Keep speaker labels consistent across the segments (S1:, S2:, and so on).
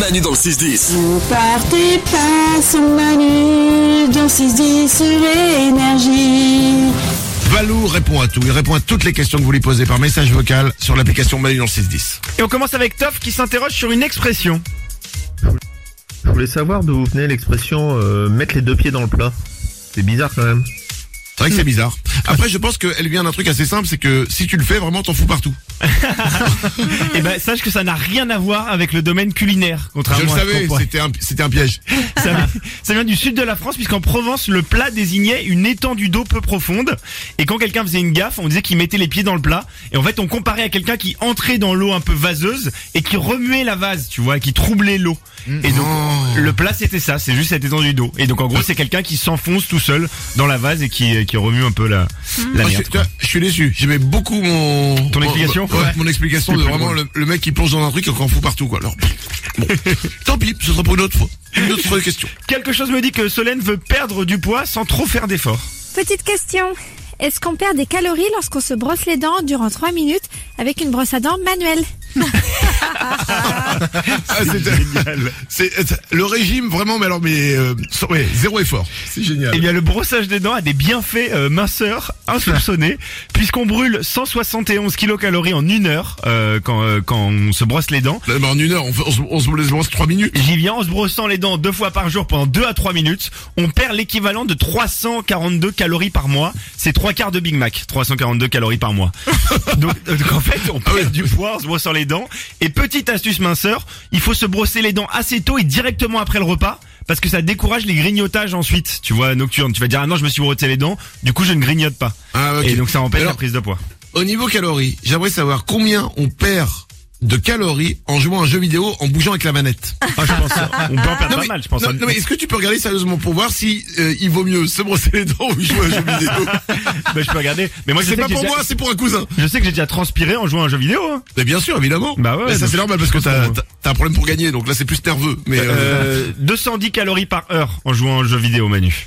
S1: Manu dans le 6-10.
S2: Ne partez pas sans Manu dans 6 sur l'énergie.
S3: Valou répond à tout. Il répond à toutes les questions que vous lui posez par message vocal sur l'application Manu dans le 610.
S4: Et on commence avec Toff qui s'interroge sur une expression.
S5: Je voulais savoir d'où venait l'expression euh, mettre les deux pieds dans le plat. C'est bizarre quand même.
S3: C'est vrai que c'est bizarre. Après, je pense qu'elle vient d'un truc assez simple, c'est que si tu le fais, vraiment, t'en fous partout.
S4: Et ben sache que ça n'a rien à voir avec le domaine culinaire,
S3: je le
S4: contrairement à ce qu'on
S3: savais,
S4: croit.
S3: c'était un, c'était un piège.
S4: Ça, vient- ça vient du sud de la France puisqu'en Provence, le plat désignait une étendue d'eau peu profonde. Et quand quelqu'un faisait une gaffe, on disait qu'il mettait les pieds dans le plat. Et en fait, on comparait à quelqu'un qui entrait dans l'eau un peu vaseuse et qui remuait la vase, tu vois, qui troublait l'eau. Et donc,
S3: Oh.
S4: le plat c'était ça, c'est juste cette étendue d'eau. Et donc, en gros, c'est quelqu'un qui s'enfonce tout seul dans la vase et qui, qui remue un peu la, la
S3: Moi, je,
S4: merde.
S3: suis- tu vois, je suis déçu. J'aimais beaucoup mon...
S4: Ton
S3: mon-
S4: explication
S3: ouais,
S4: Ouais.
S3: Mon explication de
S4: C'était plus
S3: vraiment le, le mec qui plonge dans un truc et qui en fout partout. quoi. Alors, bon. Tant pis, ce sera pour une autre fois. Une autre question.
S4: Quelque chose me dit que Solène veut perdre du poids sans trop faire d'efforts.
S6: Petite question. Est-ce qu'on perd des calories lorsqu'on se brosse les dents durant 3 minutes avec une brosse à dents manuelle
S3: Ah, c'était- c'est c'est- le régime vraiment, mais alors, mais euh, sans- ouais, zéro effort. C'est génial.
S4: Eh bien, le brossage des dents a des bienfaits euh, minceurs insoupçonnés, puisqu'on brûle 171 kilocalories en une heure euh, quand, euh, quand on se brosse les dents.
S3: Là, bah, en une heure, on, fait- on se- on se laisse voir trois minutes.
S4: J'y viens, en se brossant les dents deux fois par jour pendant 2 à 3 minutes, on perd l'équivalent de 342 calories par mois. C'est trois quarts de Big Mac, 342 calories par mois. donc, euh, donc en fait, on
S3: Ah
S4: perd du poids en se brossant les dents. Et petite astuce minceur, il faut se brosser les dents assez tôt et directement après le repas. Parce que ça décourage les grignotages ensuite, tu vois, nocturne. Tu vas dire, ah non, je me suis brossé les dents, du coup, je ne grignote pas.
S3: Ah, ok.
S4: Et donc, ça empêche
S3: Alors,
S4: la prise de poids.
S3: Au niveau calories, j'aimerais savoir combien on perd de calories en jouant à un jeu vidéo en bougeant avec la manette.
S4: Ah, je pense, on peut en perdre pas mal, je pense. hein.
S3: non, non, mais est-ce que tu peux regarder sérieusement pour voir si euh, il vaut mieux se brosser les dents ou jouer à un jeu vidéo
S4: Bah, je peux regarder. Mais moi, je sais,
S3: C'est pas
S4: que j'ai
S3: pour
S4: déjà-
S3: moi, c'est pour un cousin.
S4: je sais que j'ai déjà transpiré en jouant à un jeu vidéo. hein.
S3: Mais bien sûr, évidemment.
S4: Bah ouais,
S3: Mais ça
S4: donc,
S3: c'est normal parce que
S4: je pense
S3: t'as
S4: pour moi.
S3: t'as- t'as un problème pour gagner, donc là c'est plus nerveux. Mais euh,
S4: Euh, 210 calories par heure en jouant au jeu vidéo Manu.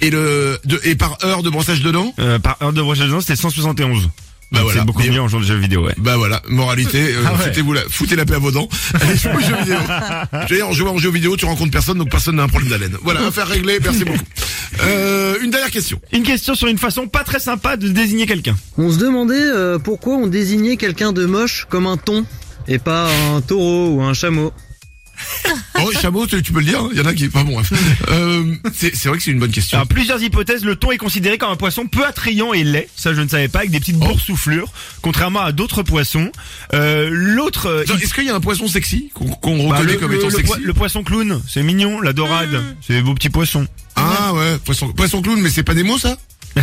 S3: et le de, et par heure de brossage de dents,
S4: Euh, par heure de brossage de dents, c'était 171.
S3: Bah
S4: Donc
S3: voilà,
S4: c'est beaucoup
S3: mais-
S4: mieux en jouant au jeu vidéo, ouais.
S3: bah voilà, moralité, euh,
S4: Ah ouais.
S3: foutez-vous la foutez la paix à vos dents. Allez jouer aux jeux vidéo. Je veux dire, en jouant aux jeux vidéo, tu rencontres personne, donc personne n'a un problème d'haleine. Voilà, affaire réglée, merci beaucoup. Euh, une dernière question.
S4: Une question sur une façon pas très sympa de désigner quelqu'un.
S7: On se demandait euh, pourquoi on désignait quelqu'un de moche comme un thon et pas un taureau ou un chameau.
S3: Oh, chameau, tu, tu peux le dire, il y en a qui... Enfin bon, bref. Euh, c'est c'est vrai que c'est une bonne question.
S4: Alors, plusieurs hypothèses, le thon est considéré comme un poisson peu attrayant et laid, ça je ne savais pas, avec des petites
S3: Oh.
S4: boursouflures, contrairement à d'autres poissons. Euh, l'autre... euh,
S3: Attends, Est-ce qu'il y a un poisson sexy qu'on qu'on
S4: bah,
S3: reconnaît
S4: le,
S3: comme
S4: le-
S3: étant
S4: le
S3: sexy Mmh.
S4: poi- le poisson clown, c'est mignon, la dorade, c'est des beaux petits poissons.
S3: Ah ouais, poisson, poisson clown, mais c'est pas des mots ça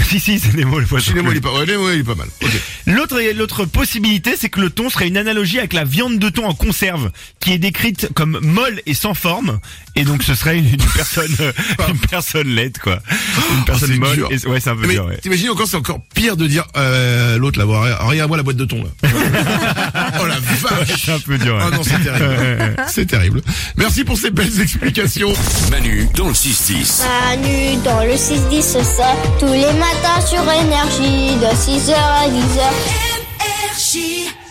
S4: si, si, c'est des mots, le poisson
S3: Si, les mots,
S4: clown.
S3: il est pas, ouais, les mots, il est pas mal. Ok.
S4: L'autre l'autre possibilité, c'est que le thon serait une analogie avec la viande de thon en conserve, qui est décrite comme molle et sans forme, et donc ce serait une, une personne euh, une personne laide quoi, une personne
S3: Oh, c'est
S4: molle.
S3: dur.
S4: et- ouais, c'est un peu
S3: Mais
S4: dur. Ouais.
S3: t'imagines encore, c'est encore pire de dire euh, l'autre là, voir, regarde-moi la boîte de thon là. oh la vache
S4: C'est un peu dur. ouais.
S3: Ah non, c'est terrible. c'est terrible. Merci pour ces belles explications.
S1: Manu dans le 6-10.
S8: Manu dans le 6-10, c'est ça. Tous les matins sur énergie, de 6h à 10h.